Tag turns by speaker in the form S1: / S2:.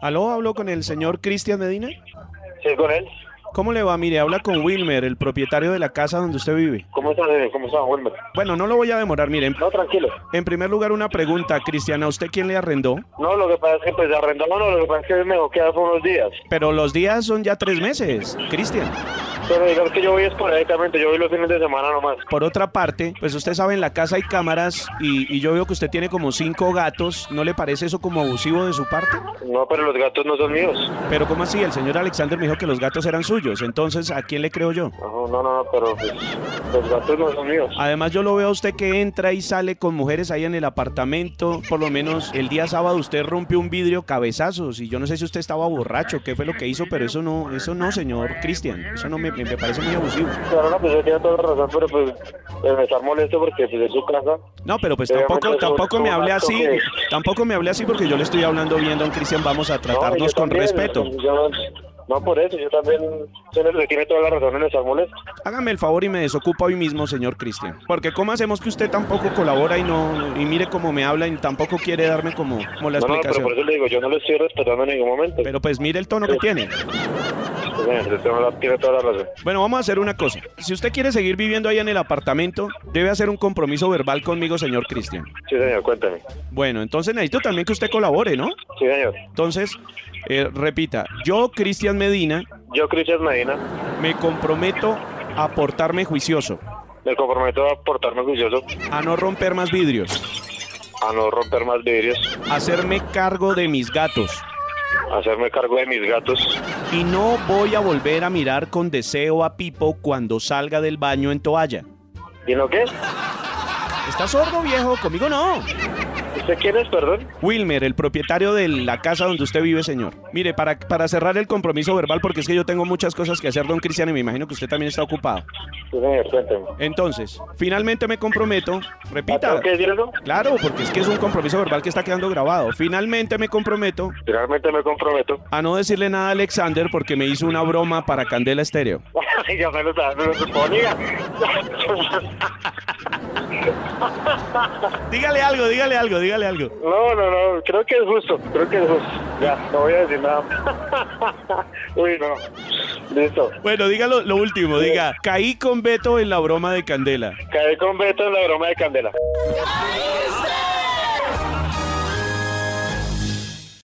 S1: Aló, hablo con el señor Cristian Medina.
S2: Sí, con él.
S1: ¿Cómo le va? Mire, habla con Wilmer, el propietario de la casa donde usted vive.
S2: ¿Cómo estás, eh? ¿Cómo estás, Wilmer?
S1: Bueno, no lo voy a demorar, mire. en-
S2: No, tranquilo.
S1: En primer lugar, una pregunta, Cristian, ¿a usted quién le arrendó?
S2: No, lo que pasa es que pues arrendamos, no, lo que pasa es que me dejó quedar por unos días.
S1: Pero los días son ya tres meses, Cristian.
S2: Pero digamos que yo voy esporádicamente, yo voy los fines de semana nomás.
S1: Por otra parte, pues usted sabe, en la casa hay cámaras y, y yo veo que usted tiene como cinco gatos. ¿No le parece eso como abusivo de su parte?
S2: No, pero los gatos no son míos.
S1: Pero ¿cómo así? El señor Alexander me dijo que los gatos eran suyos. Entonces, ¿a quién le creo yo?
S2: No, no, no, no, pero pues, los gatos no son míos.
S1: Además, yo lo veo a usted que entra y sale con mujeres ahí en el apartamento. Por lo menos el día sábado usted rompió un vidrio cabezazos. Y yo no sé si usted estaba borracho, qué fue lo que hizo, pero eso no, eso no, señor Cristian. Eso no me, me- me parece muy abusivo.
S2: Claro, no, pues yo tiene toda la razón, pero pues eh, me está molesto porque pues es su casa.
S1: No, pero pues
S2: Obviamente
S1: tampoco,
S2: es un-
S1: tampoco me
S2: un
S1: hable
S2: acto
S1: así.
S2: que-
S1: Tampoco me hable así porque yo le estoy hablando bien, don Cristian. Vamos a
S2: No, y
S1: tratarnos
S2: yo
S1: con
S2: también, eh,
S1: respeto.
S2: yo- no, por eso, yo también, usted le tiene toda la razón en estar molesto.
S1: Hágame el favor y me desocupa hoy mismo, señor Cristian. Porque cómo hacemos que usted tampoco colabora y no y mire cómo me habla y tampoco quiere darme como, como la
S2: No, no, pero
S1: explicación.
S2: por eh, eso le digo, yo no lo estoy respetando en ningún momento.
S1: Pero pues mire el tono que tiene.
S2: Pues, mira, usted tiene la- tiene toda la razón.
S1: Bueno, vamos a hacer una cosa. Si usted quiere seguir viviendo ahí en el apartamento, debe hacer un compromiso verbal conmigo, señor Cristian.
S2: Sí, señor, cuéntame.
S1: Bueno, entonces necesito también que usted colabore, ¿no?
S2: Sí, señor.
S1: Entonces, eh, repita, yo, Cristian Medina,
S2: Yo, Cristian Medina,
S1: me comprometo a portarme juicioso,
S2: me comprometo a portarme juicioso,
S1: a no romper más vidrios,
S2: a no romper más vidrios,
S1: a hacerme cargo de mis gatos.
S2: a hacerme cargo de mis gatos.
S1: Y no voy a volver a mirar con deseo a Pipo cuando salga del baño en toalla.
S2: ¿Y en lo qué?
S1: ¿Estás sordo, viejo? Conmigo no.
S2: ¿Usted quién es, perdón?
S1: Wilmer, el propietario de la casa donde usted vive, señor. Mire, para, para cerrar el compromiso verbal, porque es que yo tengo muchas cosas que hacer, don Cristian, y me imagino que usted también está ocupado.
S2: Sí, señor, cuéntame.
S1: Entonces, finalmente me comprometo,
S2: ¿Ah,
S1: repita.
S2: ¿Tengo que decir eso?
S1: Claro, porque es que es un compromiso verbal que está quedando grabado. Finalmente me comprometo
S2: Finalmente me comprometo.
S1: a no decirle nada a Alexander porque me hizo una broma para Candela Estéreo.
S2: Ay, ya me lo estaba, me lo suponía.
S1: Dígale algo, dígale algo, dígale algo.
S2: No, no, no, creo que es justo, creo que es justo. Ya, no voy a decir nada. Uy, no. Listo.
S1: Bueno, dígalo lo último, diga, caí con Beto en la broma de Candela.
S2: Caí con Beto en la broma de Candela.